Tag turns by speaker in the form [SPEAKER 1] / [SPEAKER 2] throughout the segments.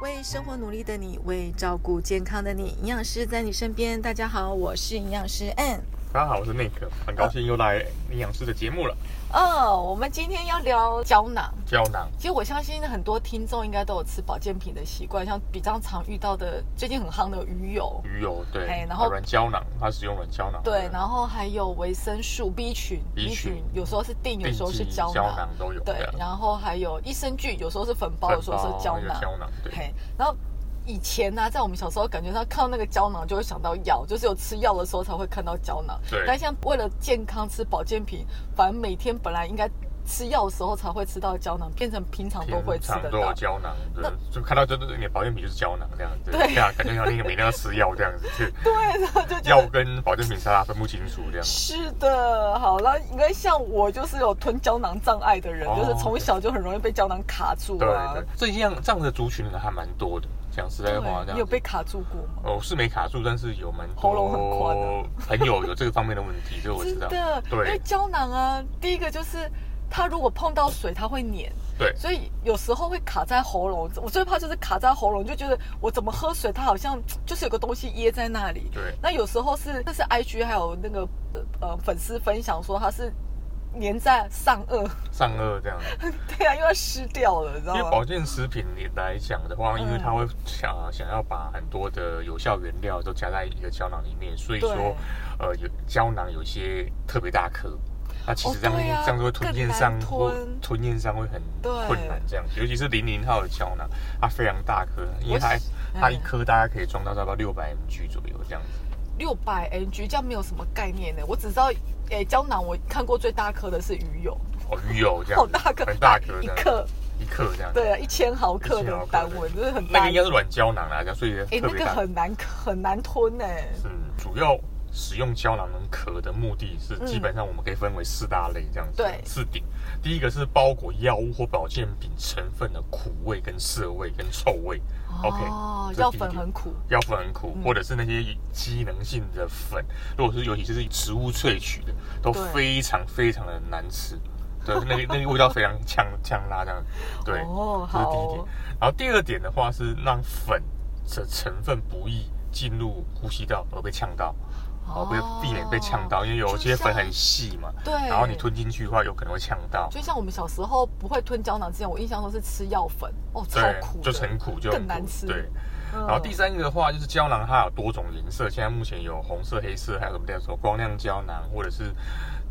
[SPEAKER 1] 为生活努力的你，为照顾健康的你，营养师在你身边。大家好，我是营养师 Ann。
[SPEAKER 2] 大家好，我是 Nick，很高兴又来营养师的节目了。
[SPEAKER 1] 哦，我们今天要聊胶囊。
[SPEAKER 2] 胶囊，
[SPEAKER 1] 其实我相信很多听众应该都有吃保健品的习惯，像比较常遇到的，最近很夯的鱼油，
[SPEAKER 2] 鱼油对，
[SPEAKER 1] 哎然后
[SPEAKER 2] 软胶囊，它使用软胶囊。
[SPEAKER 1] 对，然
[SPEAKER 2] 后
[SPEAKER 1] 后还有维生素 B 群
[SPEAKER 2] B 群
[SPEAKER 1] 有时候是定，有时候是胶
[SPEAKER 2] 胶
[SPEAKER 1] 囊，
[SPEAKER 2] 都有。
[SPEAKER 1] 对
[SPEAKER 2] 啊，
[SPEAKER 1] 然后还有益生菌，有时候是粉包，
[SPEAKER 2] 粉
[SPEAKER 1] 有时候是胶
[SPEAKER 2] 包
[SPEAKER 1] 囊
[SPEAKER 2] 还有，胶囊对，
[SPEAKER 1] 嘿，然后。以前呢、在我们小时候，感觉到看到那个胶囊就会想到药，就是有吃药的时候才会看到胶囊。
[SPEAKER 2] 对
[SPEAKER 1] 但像为了健康吃保健品，反正每天本来应该吃药的时候才会吃到胶囊，变成平常都会
[SPEAKER 2] 平
[SPEAKER 1] 吃
[SPEAKER 2] 常
[SPEAKER 1] 得
[SPEAKER 2] 都有
[SPEAKER 1] 到。
[SPEAKER 2] 胶囊，对
[SPEAKER 1] 那，
[SPEAKER 2] 就看到这这你的保健品就是胶囊这样子，
[SPEAKER 1] 对
[SPEAKER 2] 这样感觉好像你每天要吃药这样子，是
[SPEAKER 1] 对，然后就觉
[SPEAKER 2] 药
[SPEAKER 1] 得
[SPEAKER 2] 跟保健品差分不清楚这样。
[SPEAKER 1] 是的，好了，因为像我就是有吞胶囊障碍的人，
[SPEAKER 2] 哦
[SPEAKER 1] 就是从小就很容易被胶囊卡住
[SPEAKER 2] 对
[SPEAKER 1] 啊。
[SPEAKER 2] 对，这样这样的族群还蛮多的。讲实在话，这
[SPEAKER 1] 你
[SPEAKER 2] 样
[SPEAKER 1] 有
[SPEAKER 2] 子
[SPEAKER 1] 被卡住过吗？
[SPEAKER 2] 哦，是没卡住，但是有蛮多
[SPEAKER 1] 喉咙很宽啊
[SPEAKER 2] 朋友有这个方面的问题，这个我知
[SPEAKER 1] 真
[SPEAKER 2] 道。
[SPEAKER 1] 的，因
[SPEAKER 2] 对
[SPEAKER 1] 为胶囊啊，第一个就是它如果碰到水，它会粘，
[SPEAKER 2] 对
[SPEAKER 1] 所以有时候会卡在喉咙。我最怕就是卡在喉咙，就觉得我怎么喝水，它好像就是有个东西噎在那里。
[SPEAKER 2] 对
[SPEAKER 1] 那有时候是，这是 IG 还有那个呃粉丝分享说它是粘在上颚，
[SPEAKER 2] 上颚这样子。
[SPEAKER 1] 对啊，因为它湿掉了，你知
[SPEAKER 2] 因为
[SPEAKER 1] 道啊吗
[SPEAKER 2] 保？健食品你来讲的话，因为它会想、想要把很多的有效原料都加在一个胶囊里面，所以
[SPEAKER 1] 对
[SPEAKER 2] 说，呃，有胶囊有些特别大颗，那其
[SPEAKER 1] 哦
[SPEAKER 2] 实这样、
[SPEAKER 1] 对啊
[SPEAKER 2] 这样就会吞咽上
[SPEAKER 1] 更难
[SPEAKER 2] 或
[SPEAKER 1] 吞
[SPEAKER 2] 吞咽上会很
[SPEAKER 1] 对
[SPEAKER 2] 困难，这样子，尤其是零零号的胶囊，它非常大颗，因为它
[SPEAKER 1] 我哎喜
[SPEAKER 2] 它一颗大概可以装到差不多六百 mg 左右这样子。
[SPEAKER 1] 六百 mg 这样没有什么概念呢，我只知道。诶，胶囊我看过最大颗的是鱼油，
[SPEAKER 2] 哦，鱼油这样
[SPEAKER 1] 好
[SPEAKER 2] 子，
[SPEAKER 1] 大颗，
[SPEAKER 2] 很大颗
[SPEAKER 1] 一
[SPEAKER 2] 这样子，
[SPEAKER 1] 克，
[SPEAKER 2] 一克这样子。
[SPEAKER 1] 对啊，一千毫克的单位，就是很
[SPEAKER 2] 那
[SPEAKER 1] 大
[SPEAKER 2] 个应。该是软胶囊来讲，所以特
[SPEAKER 1] 哎、
[SPEAKER 2] 别
[SPEAKER 1] 那
[SPEAKER 2] 大。
[SPEAKER 1] 个很难很难吞哎、
[SPEAKER 2] 嗯，主要使用胶囊能壳的目的是，
[SPEAKER 1] 嗯
[SPEAKER 2] 基本上我们可以分为四大类这样子，
[SPEAKER 1] 对
[SPEAKER 2] 四点。第一个是包裹药物或保健品成分的苦味、跟涩味、跟臭味，OK，
[SPEAKER 1] 哦
[SPEAKER 2] 这，是
[SPEAKER 1] 药
[SPEAKER 2] 第一
[SPEAKER 1] 粉
[SPEAKER 2] 点
[SPEAKER 1] 很苦，
[SPEAKER 2] 药粉很苦，
[SPEAKER 1] 嗯
[SPEAKER 2] 或者是那些机能性的粉，如果是尤其是植物萃取的，都
[SPEAKER 1] 对
[SPEAKER 2] 非常非常的难 吃。对，那个那个味道非常呛呛辣这样，对，
[SPEAKER 1] 哦，
[SPEAKER 2] 这是第一
[SPEAKER 1] 好
[SPEAKER 2] 点，。然后第二点的话是让粉的成分不易进入呼吸道而被呛到，哦，不要避免被呛
[SPEAKER 1] 哦
[SPEAKER 2] 到，因为有些粉很细嘛，
[SPEAKER 1] 对，
[SPEAKER 2] 然后你。吞进去的话有可能会呛到，
[SPEAKER 1] 就像我们小时候不会吞胶囊之前，我印象中是吃药粉，哦，超
[SPEAKER 2] 对
[SPEAKER 1] 苦，的，
[SPEAKER 2] 就是很苦，就
[SPEAKER 1] 更
[SPEAKER 2] 很苦
[SPEAKER 1] 难吃
[SPEAKER 2] 对，
[SPEAKER 1] 嗯
[SPEAKER 2] 然后第三个的话就是胶囊，它有多种颜色，现在目前有红色、黑色，还有什么叫做光亮胶囊，或者是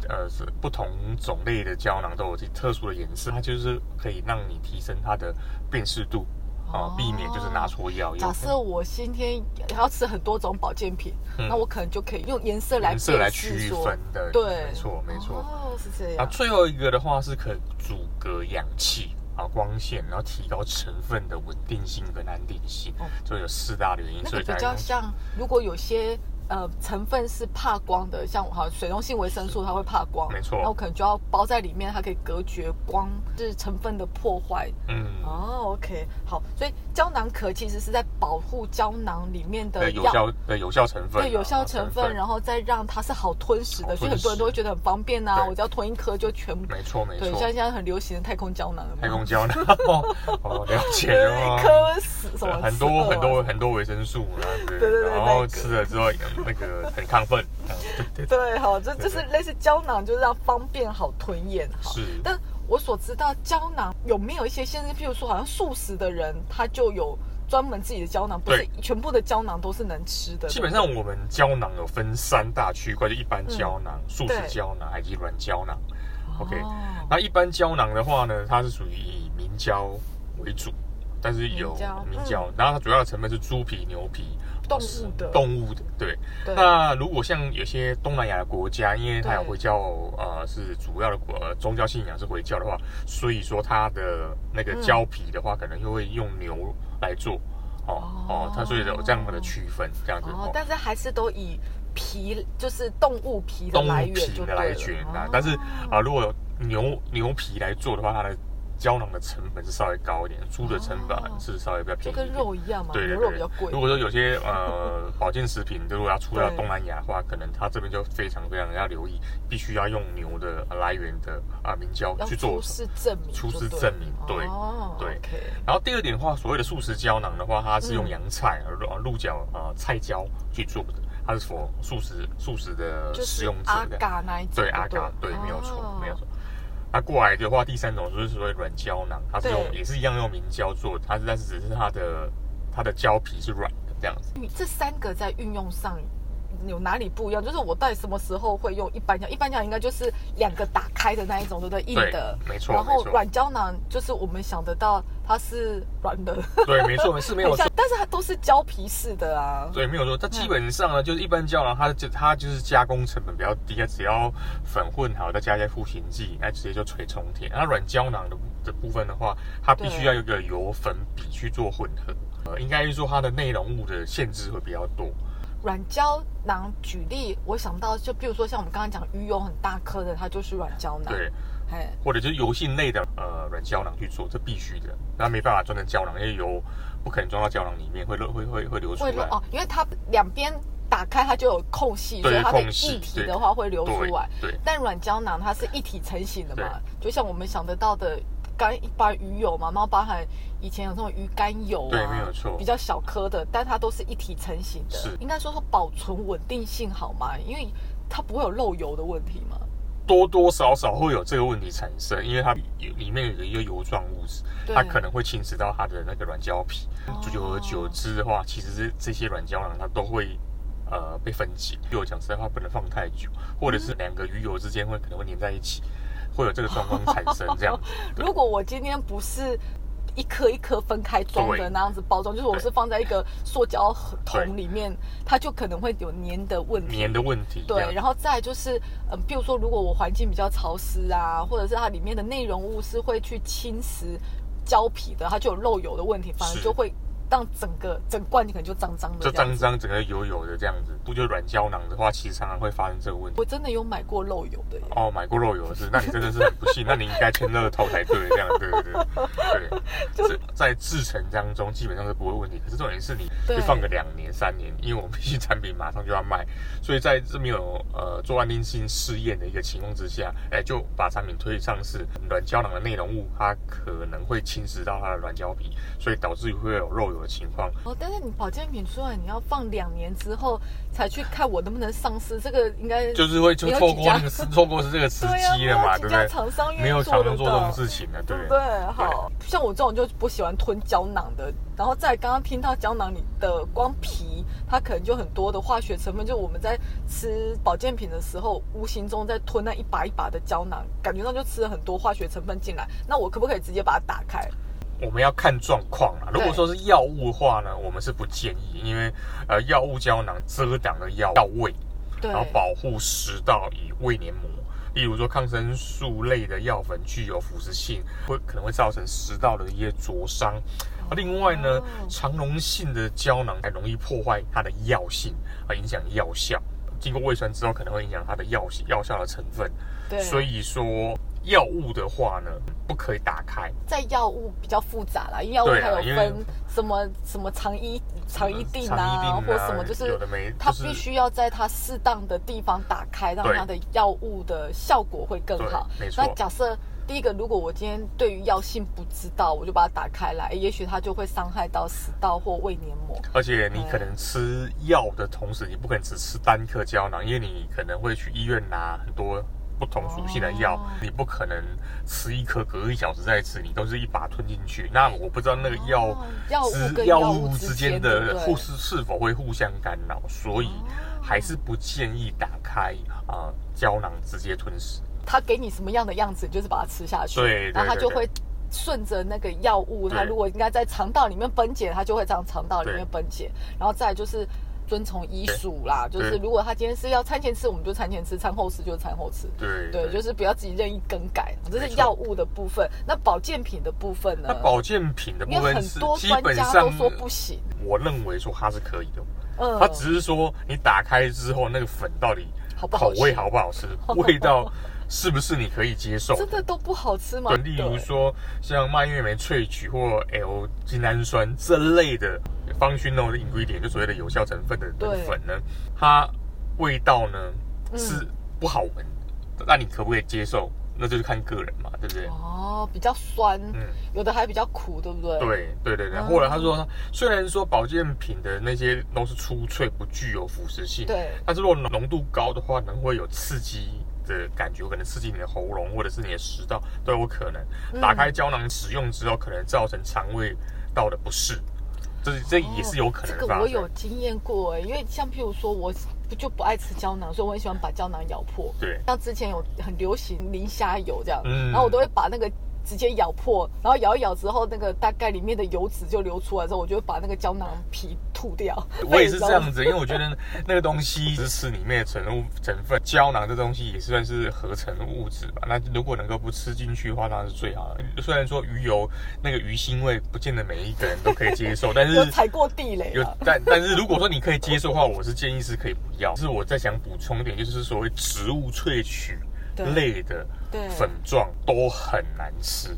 [SPEAKER 2] 呃是不同种类的胶囊都有自己特殊的颜色，它就是可以让你提升它的辨识度。啊
[SPEAKER 1] 哦，
[SPEAKER 2] 避免就是拿错药。
[SPEAKER 1] 假设我今天要吃很多种保健品，
[SPEAKER 2] 嗯
[SPEAKER 1] 那我可能就可以用颜色来
[SPEAKER 2] 颜色
[SPEAKER 1] 辨
[SPEAKER 2] 来区
[SPEAKER 1] 识说
[SPEAKER 2] 分的，
[SPEAKER 1] 对，
[SPEAKER 2] 没错没错。
[SPEAKER 1] 哦，是这
[SPEAKER 2] 啊，
[SPEAKER 1] 样，
[SPEAKER 2] 最后一个的话是可阻隔氧气啊、光线，然后提高成分的稳定性跟安定性
[SPEAKER 1] 哦，
[SPEAKER 2] 就有四大的原因，
[SPEAKER 1] 那
[SPEAKER 2] 所
[SPEAKER 1] 个
[SPEAKER 2] 以
[SPEAKER 1] 比
[SPEAKER 2] 才
[SPEAKER 1] 较
[SPEAKER 2] 能
[SPEAKER 1] 像，如果有些呃成分是怕光的，像好像水溶性维生素，它会怕光，
[SPEAKER 2] 没错
[SPEAKER 1] 那我可能就要包在里面，它可以隔绝光，就是成分的破坏。
[SPEAKER 2] 嗯。
[SPEAKER 1] 哦，OK，好，所以胶囊壳其实是在保护胶囊里面的
[SPEAKER 2] 的有
[SPEAKER 1] 药。
[SPEAKER 2] 效的有效成分啊，
[SPEAKER 1] 对有效成分，然
[SPEAKER 2] 后
[SPEAKER 1] 后再让它是好吞食的，
[SPEAKER 2] 好
[SPEAKER 1] 所以
[SPEAKER 2] 吞
[SPEAKER 1] 很多人都会
[SPEAKER 2] 食
[SPEAKER 1] 觉得很方便呐、啊。
[SPEAKER 2] 对
[SPEAKER 1] 我只要吞一颗就全部。
[SPEAKER 2] 没错没
[SPEAKER 1] 对，
[SPEAKER 2] 错，
[SPEAKER 1] 像现在很流行的太空胶囊了嘛，
[SPEAKER 2] 太空胶囊 哦，哦了 解
[SPEAKER 1] 对
[SPEAKER 2] 哦
[SPEAKER 1] 一，颗死什么
[SPEAKER 2] 对很
[SPEAKER 1] 12
[SPEAKER 2] 多
[SPEAKER 1] 啊
[SPEAKER 2] 很多很多维生素啊，
[SPEAKER 1] 对
[SPEAKER 2] 对
[SPEAKER 1] 对对
[SPEAKER 2] 然
[SPEAKER 1] 那
[SPEAKER 2] 后
[SPEAKER 1] 个
[SPEAKER 2] 吃了之后那个很 亢奋，啊对对对，
[SPEAKER 1] 对，好，这就是类似胶囊，就是让方便好吞咽好。
[SPEAKER 2] 是
[SPEAKER 1] 但我所知道胶囊有没有一些限制？譬如说，好像素食的人他就有专门自己的胶囊，不是
[SPEAKER 2] 对
[SPEAKER 1] 全部的胶囊都是能吃的。
[SPEAKER 2] 基本上我们胶囊有分三大区块，就一
[SPEAKER 1] 嗯
[SPEAKER 2] 般胶囊、素食胶囊以及软胶囊。OK，
[SPEAKER 1] 哦
[SPEAKER 2] 那一般胶囊的话呢，它是属于以明胶为主，但是有
[SPEAKER 1] 明胶嗯
[SPEAKER 2] 明胶，然后它主要的成分是猪皮、牛皮、
[SPEAKER 1] 动物的
[SPEAKER 2] 动物的。对，
[SPEAKER 1] 对，
[SPEAKER 2] 那如果像有些东南亚的国家，因为它有
[SPEAKER 1] 对
[SPEAKER 2] 回教，呃，是主要的国、呃、宗教信仰是回教的话，所以说它的那个
[SPEAKER 1] 嗯
[SPEAKER 2] 胶皮的话，可能就会用牛来做。哦哦，它所以有这样的区分，这样子。
[SPEAKER 1] 哦，但是还是都以皮，就是动物皮的
[SPEAKER 2] 动物
[SPEAKER 1] 来源
[SPEAKER 2] 皮
[SPEAKER 1] 就对
[SPEAKER 2] 的来
[SPEAKER 1] 了
[SPEAKER 2] 源啊
[SPEAKER 1] 哦。
[SPEAKER 2] 但是啊，如果有牛牛皮来做的话，它的胶囊的成本是稍微高一点，猪的成本
[SPEAKER 1] 哦
[SPEAKER 2] 是稍微比较
[SPEAKER 1] 就
[SPEAKER 2] 便宜一
[SPEAKER 1] 跟
[SPEAKER 2] 点。
[SPEAKER 1] 肉一样嘛，
[SPEAKER 2] 对对
[SPEAKER 1] 牛肉
[SPEAKER 2] 对
[SPEAKER 1] 比较贵。
[SPEAKER 2] 如果说有些呃保健食品，如果要出到
[SPEAKER 1] 对
[SPEAKER 2] 东南亚的话，可能它这边就非常非常要留意，必须要用牛的来源的啊明胶
[SPEAKER 1] 要
[SPEAKER 2] 去
[SPEAKER 1] 出。
[SPEAKER 2] 做
[SPEAKER 1] 示证明就
[SPEAKER 2] 出
[SPEAKER 1] 对了，
[SPEAKER 2] 示证明对
[SPEAKER 1] 哦，
[SPEAKER 2] 对
[SPEAKER 1] OK
[SPEAKER 2] 然后第二点的话，所谓的素食胶囊的话，它是用
[SPEAKER 1] 嗯
[SPEAKER 2] 洋菜、呃鹿角啊、呃菜椒去做的，它是否素食素食的
[SPEAKER 1] 就
[SPEAKER 2] 呃使
[SPEAKER 1] 是
[SPEAKER 2] 用者
[SPEAKER 1] 阿
[SPEAKER 2] 的。
[SPEAKER 1] 嘎那一种就
[SPEAKER 2] 对
[SPEAKER 1] 了，
[SPEAKER 2] 阿嘎，对，没有
[SPEAKER 1] 哦
[SPEAKER 2] 错，没有错。那过来的话，第三种就是所谓软胶囊，它是
[SPEAKER 1] 对
[SPEAKER 2] 用也是一样用明胶做的，它是但是只是它的它的胶皮是软的这样子。
[SPEAKER 1] 这三个在运用上嗯有哪里不一样？就是我到底什么时候会用一般胶？一般胶应该就是两个打开的那一种，对不对？硬
[SPEAKER 2] 对
[SPEAKER 1] 的。，
[SPEAKER 2] 没错，
[SPEAKER 1] 然后
[SPEAKER 2] 没错，
[SPEAKER 1] 软胶囊就是我们想得到它是软的，
[SPEAKER 2] 对，没错，哦是没有
[SPEAKER 1] 很
[SPEAKER 2] 错
[SPEAKER 1] 像。，但是它都是胶皮式的啊。
[SPEAKER 2] 对，没有错。它基本上呢，就是一般胶囊，它就它就是加工成本比较低，它只要粉混好，再加一些复形剂，那直接就吹冲天。那软胶囊的的部分的话，它必须
[SPEAKER 1] 对
[SPEAKER 2] 要有一个油粉笔去做混合，呃，应该是说它的内容物的限制会比较多。
[SPEAKER 1] 软胶囊举例，我想到就比如说像我们刚刚讲鱼油很大颗的，它就是软胶囊。
[SPEAKER 2] 对，
[SPEAKER 1] 嘿，
[SPEAKER 2] 或者就是油性类的呃软胶囊去做，这必须的。那没办法装成胶囊，因为油不可能装到胶囊里面，会漏会会会流出
[SPEAKER 1] 会漏
[SPEAKER 2] 来。
[SPEAKER 1] 哦，因为它两边打开它就有空隙，所
[SPEAKER 2] 对
[SPEAKER 1] 以它的
[SPEAKER 2] 空隙
[SPEAKER 1] 液体
[SPEAKER 2] 对
[SPEAKER 1] 的话会流出
[SPEAKER 2] 对
[SPEAKER 1] 来。
[SPEAKER 2] 对
[SPEAKER 1] 但软胶囊它是一体成型的嘛，就像我们想得到的干一般鱼油嘛，然后包含以前有那种鱼肝油啊，
[SPEAKER 2] 对没有错
[SPEAKER 1] 比较小颗的，但它都是一体成型的。
[SPEAKER 2] 是
[SPEAKER 1] 应该说说保存稳定性好吗？因为它不会有漏油的问题嘛。
[SPEAKER 2] 多多少少会有这个问题产生，因为它有里面有一个油状物质，
[SPEAKER 1] 对
[SPEAKER 2] 它可能会侵蚀到它的那个软胶皮。久而久之的话，其实这这些软胶囊它都会。呃，被分解。对我讲实在话，不能放太久，或者是两个鱼油之间会可能会粘在一起，会有这个状况产生。这 样，
[SPEAKER 1] 如果我今天不是。一颗一颗分开装的
[SPEAKER 2] 对
[SPEAKER 1] 那样子包装，就是我
[SPEAKER 2] 对
[SPEAKER 1] 是放在一个塑胶
[SPEAKER 2] 对
[SPEAKER 1] 桶里面，它就可能会有粘的问题。
[SPEAKER 2] 粘的问题。这样
[SPEAKER 1] 对，然后再来就是，嗯，比如说，如果我环境比较潮湿啊，或者是它里面的内容物是会去侵蚀胶皮的，它就有漏油的问题，反而
[SPEAKER 2] 是
[SPEAKER 1] 就会让整个整罐你可能就脏脏的。
[SPEAKER 2] 就脏。脏整个油油的这样子，不就软胶囊的话，其实常常会发生这个问题。
[SPEAKER 1] 我真的有买过漏油的耶。
[SPEAKER 2] 哦，买过肉油是，那你真的是很不幸，那你应该签乐透才对，这样对对对对。这在制成当中基本上是不会有问题，可是重点是你
[SPEAKER 1] 对
[SPEAKER 2] 就放个两年三年，因为我们必须产品马上就要卖，所以在这没有呃做安定性试验的一个情况之下，哎，就把产品推上市，软胶囊的内容物它可能会侵蚀到它的软胶皮，所以导致会有肉油的情况。
[SPEAKER 1] 哦，但是你保健品出来，你要放两年之后才去看我能不能上市，这个应该
[SPEAKER 2] 就是会就
[SPEAKER 1] 没有
[SPEAKER 2] 错
[SPEAKER 1] 几
[SPEAKER 2] 过
[SPEAKER 1] 家
[SPEAKER 2] 那个时错过是这个时
[SPEAKER 1] 对啊，
[SPEAKER 2] 机了嘛，
[SPEAKER 1] 没有几
[SPEAKER 2] 对不
[SPEAKER 1] 家
[SPEAKER 2] 对？
[SPEAKER 1] 厂商愿意
[SPEAKER 2] 没有常常做这种
[SPEAKER 1] 得到
[SPEAKER 2] 事情的，对
[SPEAKER 1] 对不对？好像我这种就不喜欢吞胶囊的。然后再刚刚听到胶囊里的光皮，它可能就很多的化学成分，就我们在吃保健品的时候，无形中在吞那一把一把的胶囊，感觉上就吃了很多化学成分进来。那我可不可以直接把它打开？
[SPEAKER 2] 我们要看状况啦。如果
[SPEAKER 1] 对
[SPEAKER 2] 说是药物的话呢，我们是不建议，因为呃药物胶囊遮挡了药药味，
[SPEAKER 1] 对
[SPEAKER 2] 然后保护食道与胃黏膜。例如说，抗生素类的药粉具有腐蚀性，会可能会造成食道的一些灼伤。啊，另外呢
[SPEAKER 1] 哦，
[SPEAKER 2] 肠溶性的胶囊还容易破坏它的药性，啊，影响药效。经过胃酸之后，可能会影响它的药性、药效的成分。
[SPEAKER 1] 对，
[SPEAKER 2] 所以说药物的话呢，不可以打开。
[SPEAKER 1] 在药物比较复杂啦，因为药物
[SPEAKER 2] 对
[SPEAKER 1] 它
[SPEAKER 2] 啊因
[SPEAKER 1] 有
[SPEAKER 2] 为
[SPEAKER 1] 分什么什么肠衣肠衣定
[SPEAKER 2] 肠衣定
[SPEAKER 1] 啊
[SPEAKER 2] 啊，
[SPEAKER 1] 或什么，就是
[SPEAKER 2] 有的没
[SPEAKER 1] 它
[SPEAKER 2] 就是
[SPEAKER 1] 必须要在它适当的地方打开，让
[SPEAKER 2] 对
[SPEAKER 1] 它的药物的效果会更
[SPEAKER 2] 对
[SPEAKER 1] 好。，
[SPEAKER 2] 没错
[SPEAKER 1] 那，假设第一个，如果我今天对于药性不知道，我就把它打开来，诶也许它就会伤害到食道或胃黏膜。
[SPEAKER 2] 而且你可能吃药的同时，你不可能只吃单颗胶囊，因为你可能会去医院拿很多。不同属性的药，
[SPEAKER 1] 哦
[SPEAKER 2] 你不可能吃一颗隔一小时再吃，你都是一把吞进去。那我不知道那个药、
[SPEAKER 1] 哦药物
[SPEAKER 2] 之
[SPEAKER 1] 跟
[SPEAKER 2] 药
[SPEAKER 1] 药
[SPEAKER 2] 物
[SPEAKER 1] 物
[SPEAKER 2] 之
[SPEAKER 1] 之
[SPEAKER 2] 间
[SPEAKER 1] 间对
[SPEAKER 2] 的
[SPEAKER 1] 不对哦
[SPEAKER 2] 互是是否会互相干扰，所以还是不建议打开啊、呃胶囊直接吞食。
[SPEAKER 1] 它给你什么样的样子，你就是把它吃下去，
[SPEAKER 2] 对对
[SPEAKER 1] 然后它
[SPEAKER 2] 对
[SPEAKER 1] 就
[SPEAKER 2] 对
[SPEAKER 1] 会顺着那个药物，它
[SPEAKER 2] 对
[SPEAKER 1] 如果应该在肠道里面分解，它就会这样肠道里
[SPEAKER 2] 对
[SPEAKER 1] 面分解，然后再来就是。遵从医嘱啦，就
[SPEAKER 2] 对
[SPEAKER 1] 是如果他今天是要餐前吃，我们就餐前吃；餐后吃就餐后吃。
[SPEAKER 2] 对
[SPEAKER 1] 对，就是不要自己任意更改，这
[SPEAKER 2] 没
[SPEAKER 1] 是
[SPEAKER 2] 错
[SPEAKER 1] 药物的部分。那保健品的部分呢
[SPEAKER 2] 那？保健品的
[SPEAKER 1] 呃因
[SPEAKER 2] 部
[SPEAKER 1] 为
[SPEAKER 2] 分
[SPEAKER 1] 很
[SPEAKER 2] 是
[SPEAKER 1] 多
[SPEAKER 2] 基
[SPEAKER 1] 专
[SPEAKER 2] 本
[SPEAKER 1] 家
[SPEAKER 2] 上
[SPEAKER 1] 都，说不行，
[SPEAKER 2] 我认为说它是可以的，
[SPEAKER 1] 嗯，
[SPEAKER 2] 它只是说你打开之后那个粉到底
[SPEAKER 1] 好不好
[SPEAKER 2] 口
[SPEAKER 1] 吃
[SPEAKER 2] 味好不好吃，味道是不是你可以接受的
[SPEAKER 1] 真的都不好吃吗？
[SPEAKER 2] 对，例如说像蔓越莓萃取或哎 L 精氨酸这类的 functional 的 ingredient，就所谓的有效成分的的
[SPEAKER 1] 对
[SPEAKER 2] 粉呢，它味道呢
[SPEAKER 1] 嗯
[SPEAKER 2] 是不好闻的，那你可不可以接受？那就是看个人嘛，对不对？
[SPEAKER 1] 哦，比较酸，
[SPEAKER 2] 嗯，
[SPEAKER 1] 有的还比较苦，对不对？，
[SPEAKER 2] 对对对对。
[SPEAKER 1] 嗯
[SPEAKER 2] 或者他说，虽然说保健品的那些都是粗脆，不具有腐蚀性，
[SPEAKER 1] 对
[SPEAKER 2] 但是如果浓度高的话，可能会有刺激的感觉，有可能刺激你的喉咙或者是你的食道都有可能。
[SPEAKER 1] 嗯
[SPEAKER 2] 打开胶囊使用之后，可能造成肠胃道的不适，这这也是有可能
[SPEAKER 1] 哦这
[SPEAKER 2] 发
[SPEAKER 1] 个我
[SPEAKER 2] 生
[SPEAKER 1] 有。经验过哎、因为像譬如说，我不就不爱吃胶囊，所以我很喜欢把胶囊咬破。
[SPEAKER 2] 对，
[SPEAKER 1] 像之前有很流行磷虾油这样，
[SPEAKER 2] 嗯
[SPEAKER 1] 然后我都会把那个直接咬破，然后咬一咬之后，那个大概里面的油脂就流出来之后，我就会把那个胶囊皮吐掉。
[SPEAKER 2] 我也是这样子，因为我觉得那个东西只是里面的成物成分，胶囊这东西也算是合成物质吧。那如果能够不吃进去的话，那是最好的。虽然说鱼油那个鱼腥味，不见得每一个人都可以接受，但是
[SPEAKER 1] 有踩过地雷啊
[SPEAKER 2] 有
[SPEAKER 1] 了，，
[SPEAKER 2] 但但是如果说你可以接受的话，我是建议是可以不要。是我在想补充一点，就是所谓植物萃取
[SPEAKER 1] 对
[SPEAKER 2] 类的
[SPEAKER 1] 对
[SPEAKER 2] 粉状都很难吃，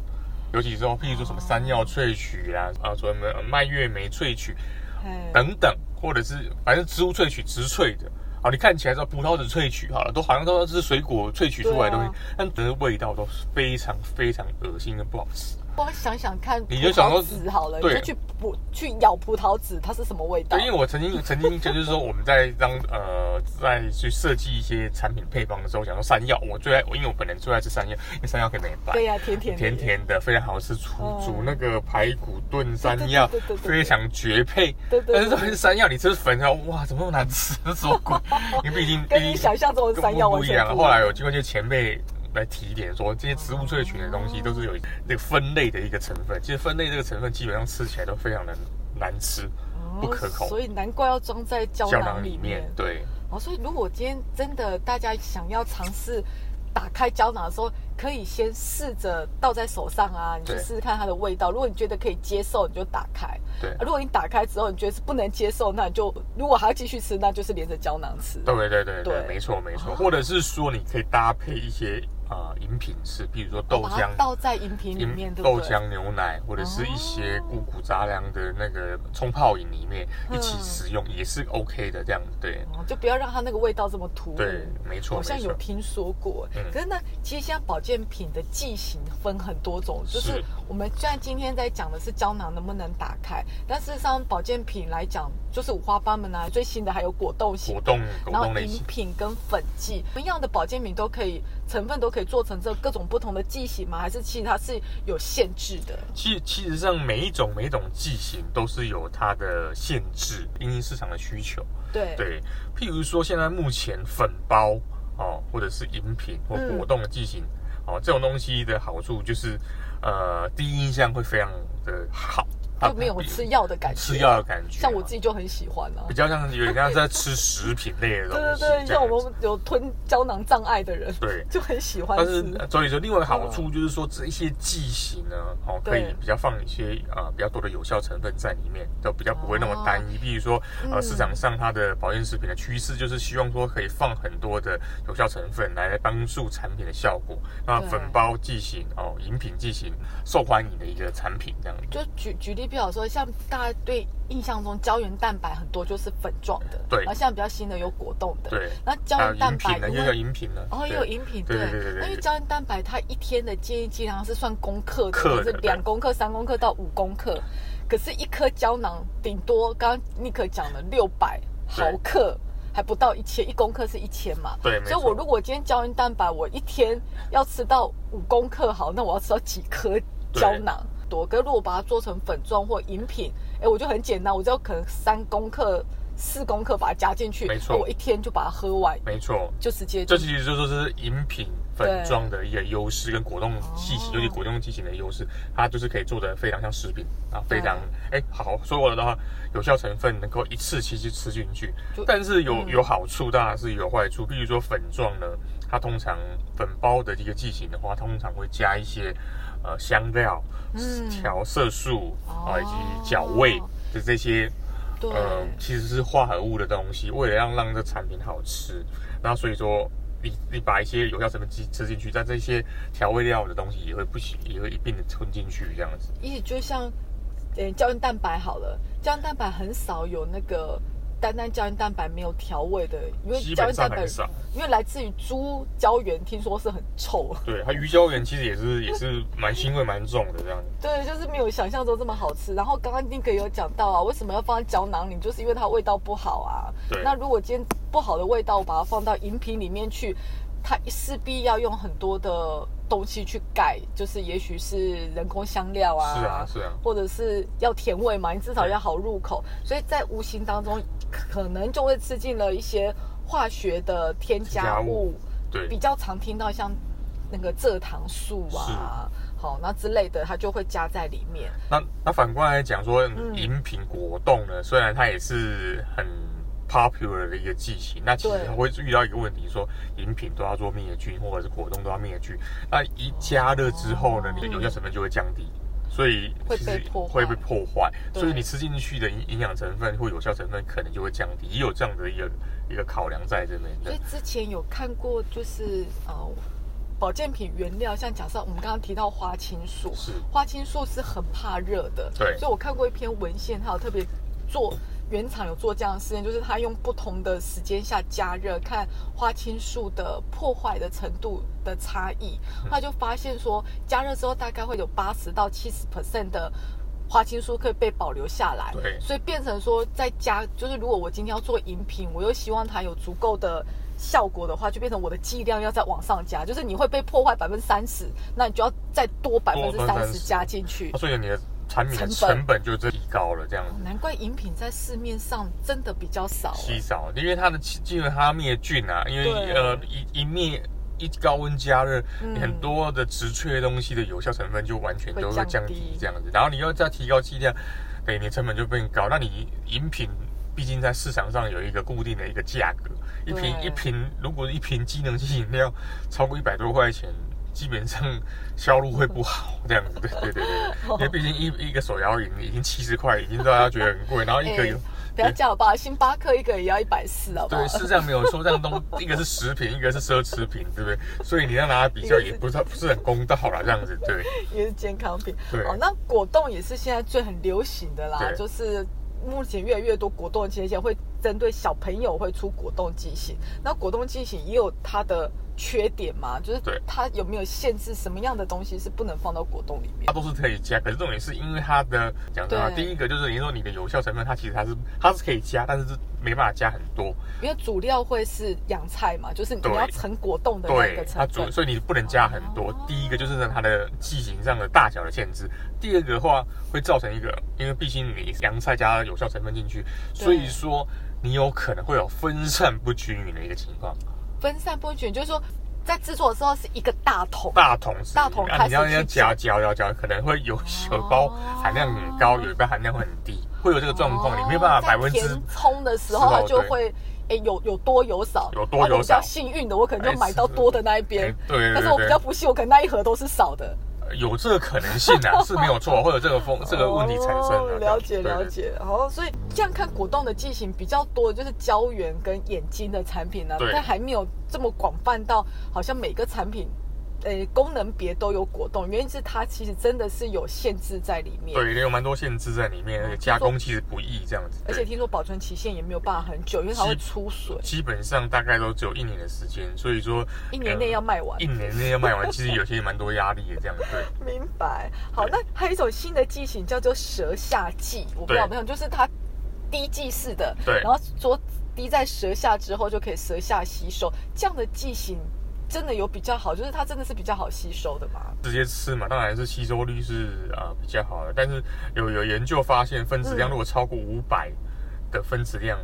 [SPEAKER 2] 尤其是说，譬如说什么山药萃取啦，啊，什么蔓越莓萃取
[SPEAKER 1] 哎
[SPEAKER 2] 等等，或者是反正植物萃取植萃的。啊，你看起来说葡萄籽萃取好了，都好像都是水果萃取出来的东西，
[SPEAKER 1] 对啊
[SPEAKER 2] 但整个味道都是非常非常恶心跟不好吃。
[SPEAKER 1] 光想想看，葡
[SPEAKER 2] 你就想
[SPEAKER 1] 萄
[SPEAKER 2] 说
[SPEAKER 1] 籽好了，你
[SPEAKER 2] 对
[SPEAKER 1] 就去补去咬葡萄籽，它是什么味道
[SPEAKER 2] 对，？因为我曾经曾经就是说我们在当呃在去设计一些产品配方的时候，想说山药，我最爱，因为我本人最爱吃山药，因为山药可以美白。
[SPEAKER 1] 对呀、甜甜的
[SPEAKER 2] 甜。甜的，非常好吃。煮煮
[SPEAKER 1] 嗯
[SPEAKER 2] 那个排骨炖山药
[SPEAKER 1] 对对对对对，对
[SPEAKER 2] 非常绝配。
[SPEAKER 1] 对对对
[SPEAKER 2] 但是这是山药，你吃粉条，哇，怎么那么难吃？这是什么 鬼？因为毕竟
[SPEAKER 1] 跟你想象中的山药
[SPEAKER 2] 不
[SPEAKER 1] 完
[SPEAKER 2] 一
[SPEAKER 1] 全
[SPEAKER 2] 样。
[SPEAKER 1] 不一样
[SPEAKER 2] 后来有经过一些前辈来提点说，这些植物萃取的东西都是有这个分类的一个成分。其实分类这个成分基本上吃起来都非常的难吃，不可口。
[SPEAKER 1] 哦所以难怪要装在胶
[SPEAKER 2] 胶
[SPEAKER 1] 囊
[SPEAKER 2] 囊
[SPEAKER 1] 里
[SPEAKER 2] 里
[SPEAKER 1] 面
[SPEAKER 2] 面。。对，
[SPEAKER 1] 哦，所以如果今天真的大家想要尝试打开胶囊的时候，可以先试着倒在手上啊，你去
[SPEAKER 2] 对
[SPEAKER 1] 试试看它的味道。如果你觉得可以接受，你就打开；
[SPEAKER 2] 对，
[SPEAKER 1] 如果你打开之后你觉得是不能接受，那你就如果还要继续吃，那就是连着胶囊吃。
[SPEAKER 2] 对对
[SPEAKER 1] 对
[SPEAKER 2] 对对，没错没错。
[SPEAKER 1] 哦
[SPEAKER 2] 或者是说，你可以搭配一些啊饮品吃，比如说豆
[SPEAKER 1] 把它
[SPEAKER 2] 浆。嗯
[SPEAKER 1] 倒在饮品里面，对不
[SPEAKER 2] 豆
[SPEAKER 1] 对？
[SPEAKER 2] 浆、牛奶或者是一些
[SPEAKER 1] 哦
[SPEAKER 2] 五谷杂粮的那个冲泡饮里面一起食用也是 OK 的，这样对
[SPEAKER 1] 嗯哦，就不要让它那个味道这么突兀。
[SPEAKER 2] 对，没错
[SPEAKER 1] 好
[SPEAKER 2] 没
[SPEAKER 1] 像有
[SPEAKER 2] 错，
[SPEAKER 1] 听说过，
[SPEAKER 2] 嗯
[SPEAKER 1] 可是呢，其实现在保健品的剂型分很多种，就是
[SPEAKER 2] 是
[SPEAKER 1] 我们虽然今天在讲的是胶囊能不能打开，但事实上保健品来讲就是五花八门啊，最新的还有果冻型
[SPEAKER 2] 果，冻果
[SPEAKER 1] 然后
[SPEAKER 2] 冻类
[SPEAKER 1] 饮
[SPEAKER 2] 型，
[SPEAKER 1] 品跟粉剂，同样的保健品都可以成分都可以做成这各种不同的剂型吗？还是其实它是有限制的？
[SPEAKER 2] 其其实上每一种每一种剂型都是有它的限制，因应市场的需求。
[SPEAKER 1] 对，
[SPEAKER 2] 对，譬如说现在目前粉包哦，或者是饮品或
[SPEAKER 1] 嗯
[SPEAKER 2] 果冻的剂型、哦，这种东西的好处就是，呃，第一印象会非常的好，它
[SPEAKER 1] 就没有吃药的感觉，
[SPEAKER 2] 吃药的感觉，
[SPEAKER 1] 像我
[SPEAKER 2] 己。
[SPEAKER 1] 自己就很喜欢啊
[SPEAKER 2] 比。较像有点像是在吃食品类的东
[SPEAKER 1] 对对
[SPEAKER 2] 西。
[SPEAKER 1] 对，
[SPEAKER 2] 这样
[SPEAKER 1] 像
[SPEAKER 2] 子
[SPEAKER 1] 我们有吞胶囊障碍的人，
[SPEAKER 2] 对。
[SPEAKER 1] 就很喜欢
[SPEAKER 2] 但
[SPEAKER 1] 吃
[SPEAKER 2] 是，呃所以说，另外一个好处就是说，这一些剂型呢，哦，可以
[SPEAKER 1] 对
[SPEAKER 2] 比较放一些啊、呃比较多的有效成分在里面，都比较不会那么单一。比如说，
[SPEAKER 1] 嗯
[SPEAKER 2] 呃，市场上它的保健食品的趋势就是希望说可以放很多的有效成分来帮助产品的效果。那
[SPEAKER 1] 对
[SPEAKER 2] 粉包剂型哦，饮品剂型受欢迎的一个产品这样子。
[SPEAKER 1] 就举举例，比方说，像大家对印象中胶原蛋白很多就是粉状的，
[SPEAKER 2] 对
[SPEAKER 1] 然后现在比较新的有果冻的，。
[SPEAKER 2] 对，
[SPEAKER 1] 那胶
[SPEAKER 2] 还有
[SPEAKER 1] 原蛋
[SPEAKER 2] 饮
[SPEAKER 1] 白
[SPEAKER 2] 品呢，
[SPEAKER 1] 因
[SPEAKER 2] 又叫
[SPEAKER 1] 为
[SPEAKER 2] 饮品呢，
[SPEAKER 1] 哦，也
[SPEAKER 2] 对
[SPEAKER 1] 有饮品，
[SPEAKER 2] 对对对对
[SPEAKER 1] 那因为
[SPEAKER 2] 对
[SPEAKER 1] 胶原蛋白它一天的建议剂量是算公克的，
[SPEAKER 2] 克
[SPEAKER 1] 就是
[SPEAKER 2] 的对
[SPEAKER 1] 两公克、三公克到五公克，可是一颗胶囊顶多刚刚尼克讲的六百毫
[SPEAKER 2] 对
[SPEAKER 1] 克。还不到一千，一公克是一千嘛？
[SPEAKER 2] 对没
[SPEAKER 1] 所以
[SPEAKER 2] 错
[SPEAKER 1] 我如果今天胶原蛋白，我一天要吃到五公克，好，那我要吃到几颗胶囊？多。可是如果把它做成粉状或饮品，哎，我就很简单，我只要可能三公克、四公克把它加进去，
[SPEAKER 2] 没错
[SPEAKER 1] 我一天就把它喝完，
[SPEAKER 2] 没错，
[SPEAKER 1] 就直接
[SPEAKER 2] 这其实就说是饮品粉状的一个优势，跟果冻剂型，
[SPEAKER 1] 哦
[SPEAKER 2] 尤其果冻剂型的优势，它就是可以做的非常像食品啊，非常哎好，所有的话有效成分能够一次性去吃进去
[SPEAKER 1] 就，
[SPEAKER 2] 但是有
[SPEAKER 1] 嗯
[SPEAKER 2] 有好处，当然是有坏处。比如说粉状呢，它通常粉包的一个剂型的话，通常会加一些呃香料
[SPEAKER 1] 嗯、
[SPEAKER 2] 调色素啊，以及调
[SPEAKER 1] 哦
[SPEAKER 2] 味的这些
[SPEAKER 1] 对，
[SPEAKER 2] 嗯嗯，其实是化合物的东西，为了要让这产品好吃，那所以说你你把一些有效成分吃吃进去，但这些调味料的东西也会不行，也会一并的吞进去这样子。
[SPEAKER 1] 也就像，呃，胶原蛋白好了，胶原蛋白很少有那个单单胶原蛋白没有调味的，因为
[SPEAKER 2] 基
[SPEAKER 1] 胶
[SPEAKER 2] 本
[SPEAKER 1] 原
[SPEAKER 2] 上
[SPEAKER 1] 蛋白
[SPEAKER 2] 很少，
[SPEAKER 1] 因为来自于猪胶原，听说是很臭。
[SPEAKER 2] 对它鱼胶原其实也是也是蛮腥味蛮重的这样子。
[SPEAKER 1] 对，就是没有想象中这么好吃。然后刚刚丁哥有讲到啊，为什么要放在胶囊里，就是因为它味道不好啊。
[SPEAKER 2] 对
[SPEAKER 1] 那如果今天不好的味道，我把它放到饮品里面去，它势必要用很多的东西去盖，就是也许是人工香料啊，
[SPEAKER 2] 是啊是啊，
[SPEAKER 1] 或者是要甜味嘛，你至少要好入口。所以在无形当中，可能就会吃进了一些化学的添加
[SPEAKER 2] 加物
[SPEAKER 1] 物
[SPEAKER 2] 对
[SPEAKER 1] 比较常听到像那个蔗糖素啊，好那之类的，它就会加在里面。
[SPEAKER 2] 那那反过来讲说，
[SPEAKER 1] 嗯
[SPEAKER 2] 饮品果冻呢，虽然它也是很 popular 的一个剂型，那其实
[SPEAKER 1] 对
[SPEAKER 2] 它会遇到一个问题，说饮品都要做灭菌，或者是果冻都要灭菌，那一加热之后呢，
[SPEAKER 1] 哦
[SPEAKER 2] 你的有效成分就会降低。所以
[SPEAKER 1] 会
[SPEAKER 2] 其
[SPEAKER 1] 被
[SPEAKER 2] 实
[SPEAKER 1] 破坏
[SPEAKER 2] 会被破坏，
[SPEAKER 1] 对
[SPEAKER 2] 所以你吃进去的营营养成分或有效成分可能就会降低，也有这样的一个一个考量在这边的。
[SPEAKER 1] 所以之前有看过，就是呃，保健品原料，像假设我们刚刚提到花青素，
[SPEAKER 2] 是
[SPEAKER 1] 花青素是很怕热的，
[SPEAKER 2] 对
[SPEAKER 1] 所以我看过一篇文献，它有特别做原厂有做这样的实验，就是它用不同的时间下加热，看花青素的破坏的程度的差异，他就发现说，加热之后大概会有八十到七十 percent 的。花青素可以被保留下来，
[SPEAKER 2] 对
[SPEAKER 1] 所以变成说，在家就是如果我今天要做饮品，我又希望它有足够的效果的话，就变成我的剂量要再往上加，就是你会被破坏百分之三十，那你就要再多百分之
[SPEAKER 2] 多
[SPEAKER 1] 三十
[SPEAKER 2] 30%
[SPEAKER 1] 加进去
[SPEAKER 2] 那。所以你的产品
[SPEAKER 1] 成
[SPEAKER 2] 的
[SPEAKER 1] 本
[SPEAKER 2] 成本就这提高了，这样子。
[SPEAKER 1] 难怪饮品在市面上真的比较少、啊
[SPEAKER 2] 稀少，因为它的气因为它灭菌啊，因为
[SPEAKER 1] 对
[SPEAKER 2] 呃一一灭一高温加热，
[SPEAKER 1] 嗯
[SPEAKER 2] 你很多的植萃的东西的有效成分就完全都
[SPEAKER 1] 会
[SPEAKER 2] 会
[SPEAKER 1] 降
[SPEAKER 2] 降
[SPEAKER 1] 低
[SPEAKER 2] 低这样子，然后你要再提高剂量，对，你成本就变高。那你饮品毕竟在市场上有一个固定的一个价格，一瓶
[SPEAKER 1] 对
[SPEAKER 2] 一瓶如果一瓶机能性饮料超过一百多块钱。基本上销路会不好，这样子，对对对对，因为毕竟一一个手摇饮已经七十块，已经大家觉得很贵，然后一 个
[SPEAKER 1] 哎
[SPEAKER 2] 有
[SPEAKER 1] 不要叫好不好？星巴克一个也要一百四，好不好
[SPEAKER 2] 对，？是这样没有错。这样东一个是食品，一 个是奢侈品，对不对？所以你让大家比较也不是不是很公道啦，这样子 对。
[SPEAKER 1] 也是健康品。
[SPEAKER 2] 对
[SPEAKER 1] 哦，那果冻也是现在最很流行的啦，
[SPEAKER 2] 对
[SPEAKER 1] 就是目前越来越多果冻的机型会针对小朋友会出果冻机型。那果冻机型也有它的缺点嘛，就是
[SPEAKER 2] 对
[SPEAKER 1] 它有没有限制什么样的东西是不能放到果冻里面
[SPEAKER 2] 它？都是可以加，可是重点是因为它的讲真啊，
[SPEAKER 1] 对
[SPEAKER 2] 第一个就是你说你的有效成分，它其实它是它是可以加，但是是没办法加很多。
[SPEAKER 1] 因为主料会是洋菜嘛，就是你
[SPEAKER 2] 对
[SPEAKER 1] 要盛果冻的那
[SPEAKER 2] 对
[SPEAKER 1] 个，
[SPEAKER 2] 它
[SPEAKER 1] 成
[SPEAKER 2] 主
[SPEAKER 1] 分。
[SPEAKER 2] 所以你不能加很多。
[SPEAKER 1] 哦
[SPEAKER 2] 第一个就是它的剂型上的大小的限制，第二个的话会造成一个，因为毕竟你洋菜加有效成分进去，所以说你有可能会有分散不均匀的一个情况。
[SPEAKER 1] 分散不均，就是说在制作的时候是一个大桶，
[SPEAKER 2] 大桶是
[SPEAKER 1] 大桶
[SPEAKER 2] 啊，
[SPEAKER 1] 开
[SPEAKER 2] 你
[SPEAKER 1] 始
[SPEAKER 2] 要要
[SPEAKER 1] 去哦
[SPEAKER 2] 嚼嚼嚼嚼，可能会有有一包含量很高，有一包含量很低，会有这个状况，你没有办法百分
[SPEAKER 1] 哦在
[SPEAKER 2] 之哎
[SPEAKER 1] 填。充的时候，
[SPEAKER 2] 之
[SPEAKER 1] 它
[SPEAKER 2] 后
[SPEAKER 1] 就会诶有有多有少，
[SPEAKER 2] 有多有少
[SPEAKER 1] 啊我比较幸运的，我可能就买到多的那一边，
[SPEAKER 2] 哎对对
[SPEAKER 1] 但是我
[SPEAKER 2] 对
[SPEAKER 1] 比较不幸，我可能那一盒都是少的。
[SPEAKER 2] 有这个可能性 啊，是没有错，会有这个风这个问题产生
[SPEAKER 1] 哦
[SPEAKER 2] 的。
[SPEAKER 1] 了解
[SPEAKER 2] 对
[SPEAKER 1] 了。解，哦，所以这样看果冻的剂型比较多，就是胶原跟眼睛的产品呢、
[SPEAKER 2] 对
[SPEAKER 1] 但还没有这么广泛到好像每个产品。诶，功能别都有果冻，原因是它其实真的是有限制在里面。
[SPEAKER 2] 对，对有蛮多限制在里面，而且加工其实不易这样子。
[SPEAKER 1] 而
[SPEAKER 2] 对
[SPEAKER 1] 且听说保存期限也没有办法很久，因为它会出水，
[SPEAKER 2] 基本上大概都只有一年的时间，所以说
[SPEAKER 1] 一年内要卖完
[SPEAKER 2] 一。年内要卖完，其实有些蛮多压力的这样。对，
[SPEAKER 1] 明白。好，那还有一种新的剂型叫做舌下剂，我不知道有没有，就是它滴剂式的，
[SPEAKER 2] 对
[SPEAKER 1] 然后说滴在舌下之后就可以舌下吸收，这样的剂型真的有比较好，就是它真的是比较好吸收的嘛？
[SPEAKER 2] 直接吃嘛，当然是吸收率是呃比较好的。但是有有研究发现，分子量
[SPEAKER 1] 嗯
[SPEAKER 2] 如果超过五百的分子量，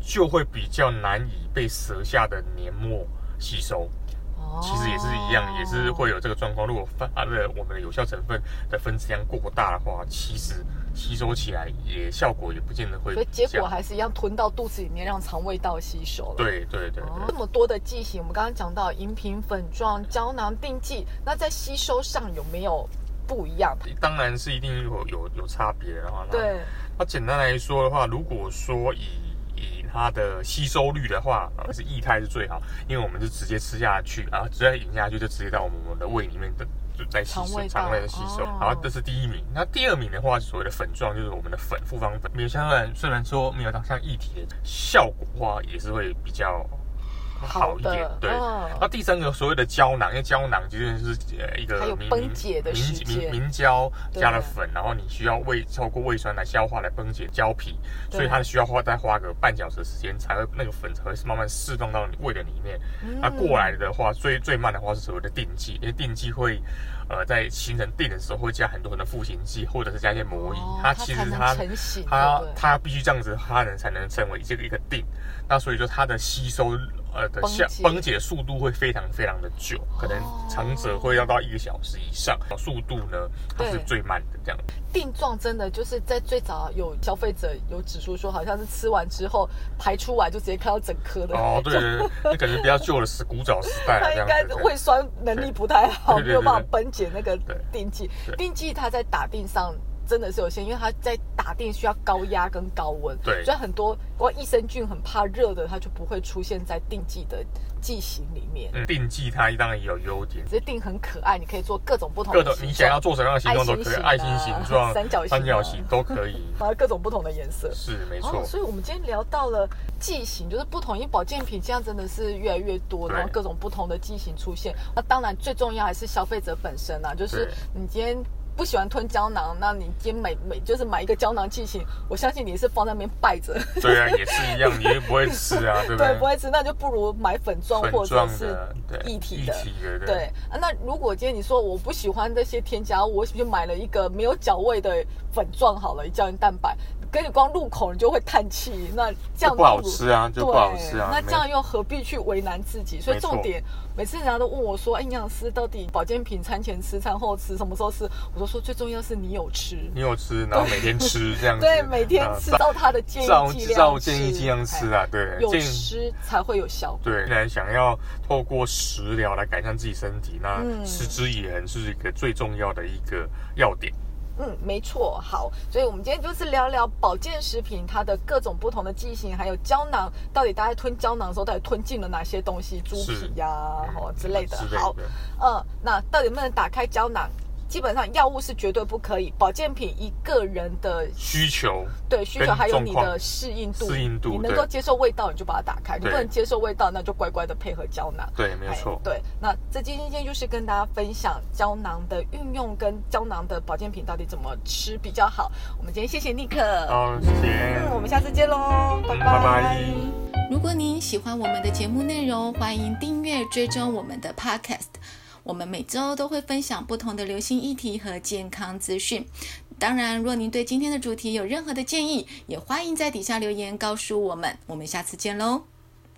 [SPEAKER 2] 就会比较难以被舌下的黏膜吸收。
[SPEAKER 1] 哦
[SPEAKER 2] 其实也是一样，也是会有这个状况。如果发的我们的有效成分的分子量过大的话，其实吸收起来也效果也不见得会
[SPEAKER 1] 哦所以结果
[SPEAKER 2] 像
[SPEAKER 1] 还是一样吞到肚子里面，让肠胃道吸收了。
[SPEAKER 2] 对对对
[SPEAKER 1] 哦，
[SPEAKER 2] 对
[SPEAKER 1] 这么多的剂型，我们刚刚讲到饮品、粉状、胶囊、定剂，那在吸收上有没有不一样？
[SPEAKER 2] 当然是一定有有有差别的话，那
[SPEAKER 1] 对，
[SPEAKER 2] 那简单来说的话，如果说以以以它的吸收率的话，呃是液态是最好，因为我们是直接吃下去，然后直接饮下去就直接到我们的胃里面的。就在吸
[SPEAKER 1] 肠
[SPEAKER 2] 收
[SPEAKER 1] 胃，
[SPEAKER 2] 肠
[SPEAKER 1] 道
[SPEAKER 2] 胃的吸收。
[SPEAKER 1] 哦
[SPEAKER 2] 然后这是第一名，那第二名的话，所谓的粉状就是我们的粉复方粉，没有相然虽然说没有像液体的效果的话，也是会比较好一点
[SPEAKER 1] 的，，
[SPEAKER 2] 对。啊那
[SPEAKER 1] 嗯，
[SPEAKER 2] 第三个所谓的胶囊，因为胶囊其实就是呃一个
[SPEAKER 1] 还有
[SPEAKER 2] 明
[SPEAKER 1] 崩解的时间
[SPEAKER 2] 明明明胶
[SPEAKER 1] 对
[SPEAKER 2] 加了粉，然后你需要胃透过胃酸来消化来崩解胶皮，
[SPEAKER 1] 对
[SPEAKER 2] 所以它需要花再花个半小时的时间才会那个粉才会慢慢释放到你胃的里面。那啊过来的
[SPEAKER 1] 嗯
[SPEAKER 2] 话，最最慢的话是所谓的定剂，因为定剂会呃在形成定的时候会加很多很多赋形剂或者是加一些
[SPEAKER 1] 哦
[SPEAKER 2] 魔衣，
[SPEAKER 1] 它
[SPEAKER 2] 其
[SPEAKER 1] 才
[SPEAKER 2] 实
[SPEAKER 1] 能
[SPEAKER 2] 它
[SPEAKER 1] 成型，对
[SPEAKER 2] 它
[SPEAKER 1] 不对
[SPEAKER 2] 它必须这样子，它能才能成为这个一个定。那所以说它的吸收呃的
[SPEAKER 1] 崩
[SPEAKER 2] 下
[SPEAKER 1] 解
[SPEAKER 2] 崩解速度会非常非常的久，可能长者会要到一个小时以上，速度呢它是
[SPEAKER 1] 对
[SPEAKER 2] 最慢的这样。
[SPEAKER 1] 定状真的就是在最早有消费者有指出说，好像是吃完之后排出来就直接看到整颗的，
[SPEAKER 2] 哦，对对对，那可能比较旧的是古早时代了
[SPEAKER 1] 它
[SPEAKER 2] 这
[SPEAKER 1] 应
[SPEAKER 2] 样
[SPEAKER 1] 该
[SPEAKER 2] 子。对
[SPEAKER 1] 胃酸能力不太好，
[SPEAKER 2] 对对对
[SPEAKER 1] 没有办法分解那个
[SPEAKER 2] 对
[SPEAKER 1] 定剂
[SPEAKER 2] 对。
[SPEAKER 1] 定剂它在打定上真的是有限，因为它在打定需要高压跟高温，
[SPEAKER 2] 对
[SPEAKER 1] 所以很多光益生菌很怕热的，它就不会出现在定剂的剂型里面。
[SPEAKER 2] 嗯，定剂它当然也有优点，
[SPEAKER 1] 只是定很可爱，你可以做各种不同
[SPEAKER 2] 各
[SPEAKER 1] 的
[SPEAKER 2] 种
[SPEAKER 1] 形
[SPEAKER 2] 你
[SPEAKER 1] 状
[SPEAKER 2] 想要做什么样的形状都可以，爱
[SPEAKER 1] 爱
[SPEAKER 2] 心
[SPEAKER 1] 心
[SPEAKER 2] 形
[SPEAKER 1] 形啊
[SPEAKER 2] 状、
[SPEAKER 1] 三角形啊，
[SPEAKER 2] 三角形都可以
[SPEAKER 1] 然后各种不同的颜色。
[SPEAKER 2] 是没
[SPEAKER 1] 哦
[SPEAKER 2] 错，。
[SPEAKER 1] 所以我们今天聊到了剂型，就是不同，因为保健品现在真的是越来越多，
[SPEAKER 2] 对
[SPEAKER 1] 然后各种不同的剂型出现。那当然最重要还是消费者本身啊，就是
[SPEAKER 2] 对
[SPEAKER 1] 你今天。不喜欢吞胶囊，那你今天每每就是买一个胶囊剂型，我相信你是放在那边拜着，
[SPEAKER 2] 对啊，也是一样，你也不会吃啊，对不
[SPEAKER 1] 对，不会吃，那就不如买粉状
[SPEAKER 2] 粉
[SPEAKER 1] 或者
[SPEAKER 2] 状
[SPEAKER 1] 是
[SPEAKER 2] 的，对，
[SPEAKER 1] 液体
[SPEAKER 2] 液
[SPEAKER 1] 的。
[SPEAKER 2] 体的，
[SPEAKER 1] 对啊，那如果今天你说我不喜欢这些添加物，我就买了一个没有脚味的粉状好了，胶原蛋白，跟你光入口你就会叹气，那这样
[SPEAKER 2] 就不好
[SPEAKER 1] 不如
[SPEAKER 2] 吃啊，就不好吃啊。
[SPEAKER 1] 对那
[SPEAKER 2] 没
[SPEAKER 1] 这样又何必去为难自己？所以
[SPEAKER 2] 没错
[SPEAKER 1] 重点，每次人家都问我说，哎营养师到底保健品餐前吃、餐后吃，什么时候吃？我都说最重要是你有吃，
[SPEAKER 2] 你有吃，然后每天吃这样子，
[SPEAKER 1] 对，每天
[SPEAKER 2] 啊
[SPEAKER 1] 吃
[SPEAKER 2] 照
[SPEAKER 1] 照他的建议
[SPEAKER 2] 照
[SPEAKER 1] 剂量
[SPEAKER 2] 照建议尽量吃
[SPEAKER 1] 哎
[SPEAKER 2] 啊，对，
[SPEAKER 1] 有
[SPEAKER 2] 建议
[SPEAKER 1] 吃才会有效果。
[SPEAKER 2] 对，既然想要透过食疗来改善自己身体，那
[SPEAKER 1] 嗯
[SPEAKER 2] 持之以恒是一个最重要的一个要点。
[SPEAKER 1] 嗯，没错，好，所以我们今天就是聊聊保健食品它的各种不同的剂型，还有胶囊，到底大家吞胶囊的时候到底吞进了哪些东西，猪
[SPEAKER 2] 是
[SPEAKER 1] 皮呀、哦
[SPEAKER 2] 嗯
[SPEAKER 1] 之类的。
[SPEAKER 2] 之类
[SPEAKER 1] 好，嗯，那到底能不能打开胶囊？基本上药物是绝对不可以，保健品一个人的
[SPEAKER 2] 需求
[SPEAKER 1] 对需求
[SPEAKER 2] 跟
[SPEAKER 1] 还有
[SPEAKER 2] 状
[SPEAKER 1] 你
[SPEAKER 2] 况
[SPEAKER 1] 的适应度，
[SPEAKER 2] 适应度
[SPEAKER 1] 你能
[SPEAKER 2] 对
[SPEAKER 1] 够接受味道你就把它打开，你不
[SPEAKER 2] 对
[SPEAKER 1] 能接受味道那就乖乖的配合胶囊。
[SPEAKER 2] 对，没有
[SPEAKER 1] 哎
[SPEAKER 2] 错。
[SPEAKER 1] 对，那这今天就是跟大家分享胶囊的运用跟胶囊的保健品到底怎么吃比较好。我们今天谢谢尼克，
[SPEAKER 2] 好，谢谢。
[SPEAKER 1] 嗯，我们下次见喽，
[SPEAKER 2] 嗯拜拜
[SPEAKER 3] 如果您喜欢我们的节目内容，欢迎订阅追踪我们的 Podcast。我们每周都会分享不同的流行议题和健康资讯。当然，若您对今天的主题有任何的建议，也欢迎在底下留言告诉我们。我们下次见喽！